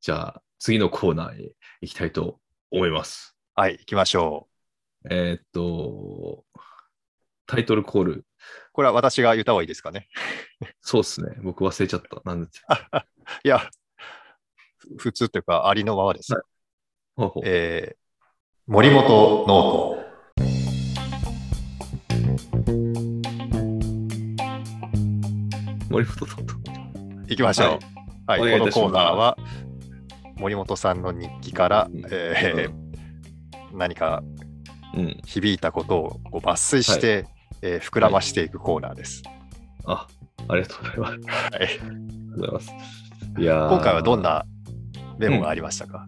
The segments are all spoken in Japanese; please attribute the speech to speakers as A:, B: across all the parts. A: じゃあ、次のコーナーへ行きたいと思います。
B: はい、行きましょ
A: えーっと、タイトルコール。
B: う。これは私が言った方がいいですかね。
A: そうですね。僕忘れちゃった。なんで
B: いや、ふ普通というか、ありのままです。
A: はほうほう
B: えー森本ノート。
A: 森本さんと。
B: 行きましょう。はい、
A: お願いい
B: こ
A: たしま
B: の
A: す
B: コーナーは、森本さんの日記から、
A: うん
B: えー何か
A: うん。
B: 響いたことをこう抜粋して、えー膨らましていくコーナーです。
A: あ、ありがとうございます。あり
B: は
A: が
B: い、
A: とうございます。いやー
B: 今回はどんなメモがありましたか、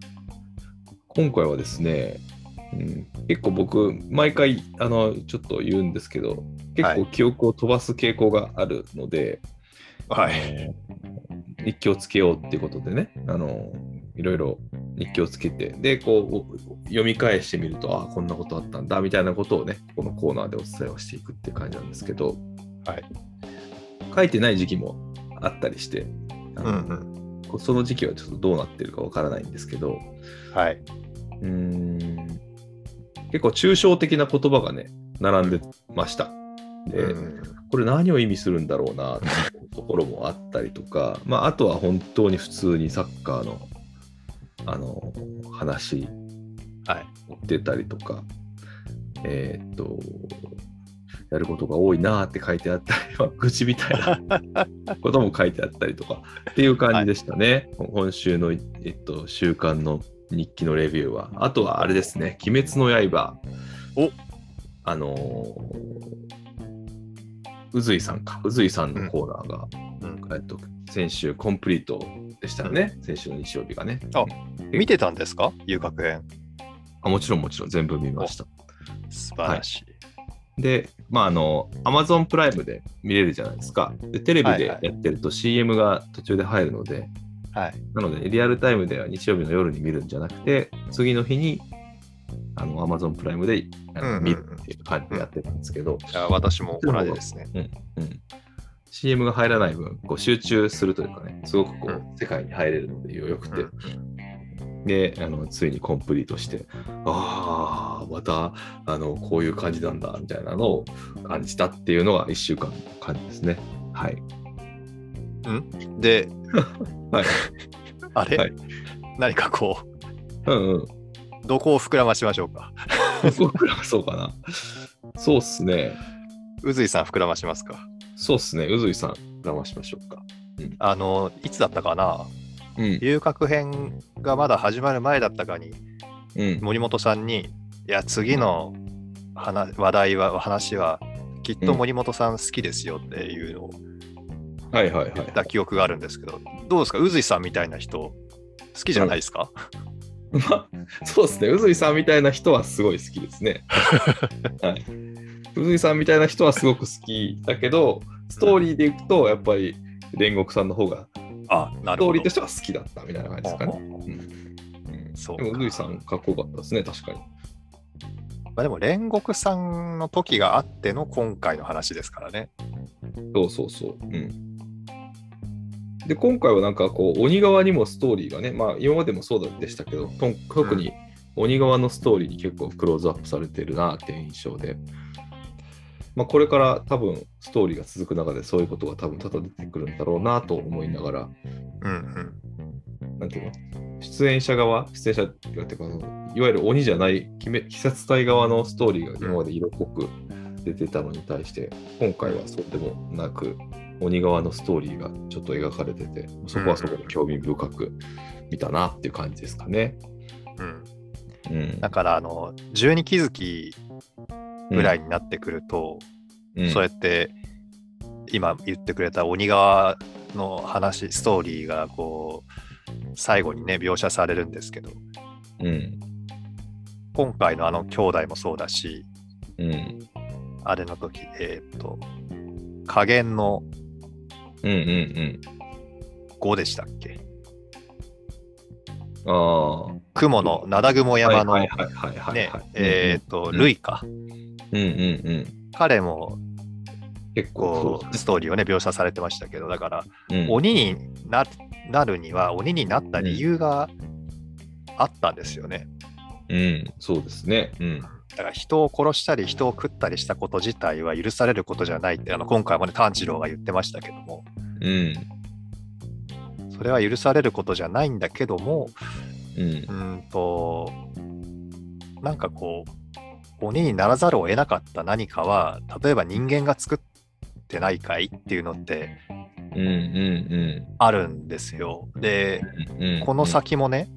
A: 今回はですね、うん、結構僕、毎回あのちょっと言うんですけど、結構記憶を飛ばす傾向があるので、
B: はい。
A: あの日記をつけようっていうことでね、あのいろいろ日記をつけて、で、こうお読み返してみると、ああ、こんなことあったんだみたいなことをね、このコーナーでお伝えをしていくっていう感じなんですけど、
B: はい
A: 書いてない時期もあったりして、あ
B: う
A: の
B: んうん。
A: こうその時期はちょっとどうなってるかわからないんですけど、
B: はい。
A: うーん結構抽象的な言葉がね並んでました。で
B: うん
A: これ何を意味するんだろうなっていうところもあったりとか、まあ、あとは本当に普通にサッカーのあの話
B: はい。
A: を出たりとか、えーっとやることが多いなって書いてあったり、まあ愚痴みたいな ことも書いてあったりとかっていう感じでしたね、今週の、えっと、週間の日記のレビューは。あとはあれですね、鬼滅の刃。
B: お
A: あのー宇髄さんか、宇髄さんのコーナーが、
B: うん
A: えっと、先週コンプリートでしたよね、先週の日曜日がね。
B: あ見てたんですか遊楽園。
A: あもちろんもちろん全部見ました。
B: 素晴らしい。
A: で、まあ、あの、Amazon プライムで見れるじゃないですか。で、テレビで
B: は
A: や
B: いはい
A: ってると CM が途中で入るので、
B: はい。
A: なので、リアルタイムでは日曜日の夜に見るんじゃなくて、次の日に、あの、Amazon プライムであの
B: うんうんうん
A: 見るっていう感じでやってたんですけど、
B: いや私も同じですね。
A: うん。CM が入らない分、こう集中するというかね、すごくこ
B: う
A: う、世界に入れるのでよく
B: う
A: て
B: ん、
A: で、あの、ついにコンプリートして、ああ、また、あの、こういう感じなんだ、みたいなのを感じたっていうのが1週間の感じですね。はい。
B: で、
A: はい。
B: あれ、
A: はい
B: 何かこう、
A: うんうん。
B: どこを膨らましましょうか。
A: 僕らはそうかな。そうっすね。
B: 宇髄さん膨らましますか。
A: そうっすね。うずいさん、騙しましょうか。
B: あの、いつだったかな
A: うん。
B: 遊郭編がまだ始まる前だったかに、
A: うん。
B: 森本さんに、いや、次の話話題は、話は、きっと森本さん好きですよっていうのを
A: はいはいは
B: 言っ
A: い。
B: た記憶があるんですけど、どうですか宇髄さんみたいな人、好きじゃないですか、
A: まあ、 そうですね、宇髄さんみたいな人はすごい好きです ね。はい、宇髄さんみたいな人はすごく好きだけど、ストーリーでいくと、やっぱり煉獄さんの方が、
B: あ、な
A: ス
B: る
A: トー
B: ほ
A: リー
B: ど
A: と。しては好きだったみたいな感じですかね。うん
B: そうか
A: でも宇髄さん、かっこよかったですね、確かに。
B: まあ、でも煉獄さんの時があっての今回の話ですからね。
A: そうそうそう。うんで今回はなんかこう鬼側にもストーリーがね、まあ、今までもそうでしたけどとん特に鬼側のストーリーに結構クローズアップされてるなっていう印象で、まあ、これから多分ストーリーが続く中でそういうことが多分多々出てくるんだろうなと思いながら
B: うんうん。
A: なんていうの出演者側出演者っていうかてかあのいわゆる鬼じゃない鬼滅鬼殺隊側のストーリーが今まで色濃く出てたのに対して、今回はそうでもなく鬼側のストーリーがちょっと描かれててそこはそこで興味深く見たなっていう感じですかね。
B: うん、
A: うん
B: だからあの12気づきぐらいになってくると、
A: うん
B: そうやって今言ってくれた鬼側の話ストーリーがこう最後にね描写されるんですけど
A: うん
B: 今回のあの兄弟もそうだし
A: うん
B: あれの時えーっと加減の
A: うんうん
B: 5でしたっけ
A: うん。ああ。
B: 雲の灘雲山の
A: はい
B: ね
A: はいはいはいはい、はい
B: えーっと
A: うん
B: ルイか
A: うんうんうん。
B: 彼も
A: 結構
B: こうストーリーをね描写されてましたけどだから
A: そう、うん
B: 鬼になっなるには鬼になった理由があったんですよね。
A: うん、そうですね。うん。
B: だから人を殺したり人を食ったりしたこと自体は許されることじゃないってあの今回もね炭治郎が言ってましたけども
A: うん。
B: それは許されることじゃないんだけども
A: うん
B: う。ーんとなんかこう鬼にならざるを得なかった何かは例えば人間が作ってないかいっていうのって
A: うん。う
B: あるんですよ。で
A: ん。うん。うん
B: この。先もね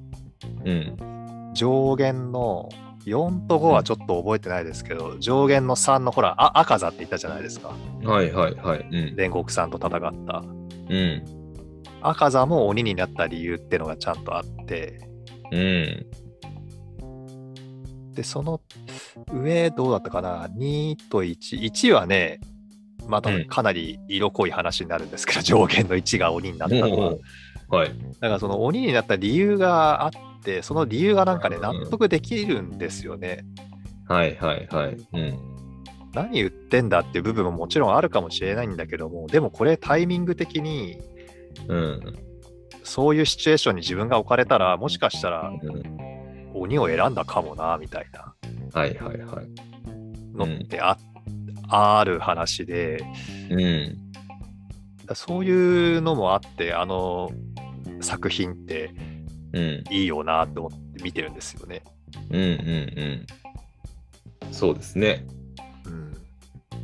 A: うん。
B: 上限の4と5はちょっと覚えてないですけど上限の3のほらあ赤座って言ったじゃないですか
A: はいはいはい。うん。
B: 煉獄さんと戦った
A: うん。
B: 赤座も鬼になった理由ってのがちゃんとあって
A: うん。
B: でその上どうだったかな2と11はねまた
A: うん
B: かなり色濃い話になるんですけど、上限の1が鬼になったのは
A: おーはい。
B: だからその鬼になった理由があってその理由がなんかね
A: うん
B: 納得できるんですよね、
A: はいはいはい。うん。
B: 何言ってんだっていう部分ももちろんあるかもしれないんだけどもでもこれタイミング的に
A: うん。
B: そういうシチュエーションに自分が置かれたらもしかしたら
A: うん
B: 鬼を選んだかもなみたいな
A: はいはいはい。
B: のってあ,、ある話で
A: うん。
B: そういうのもあってあの作品って
A: うん。
B: いいよなと思って見てるんですよね。
A: うんうんうん。そうですね。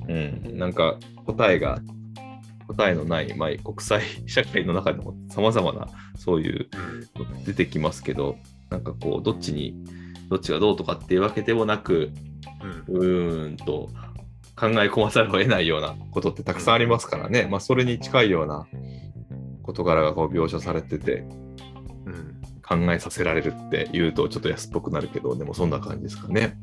B: う
A: う
B: ん、
A: ん。なんか答えが、答えのない、まあ、国際社会の中でもさまざまなそういうのが出てきますけど、なんかこう、どっちに、どっちがどうとかっていうわけでもなく、
B: う
A: う
B: ん
A: ーんと考え込まざるを得ないようなことってたくさんありますからね、まあ、それに近いような事柄がこう描写されてて
B: うん
A: 考えさせられるって言うとちょっと安っぽくなるけどでもそんな感じですかね。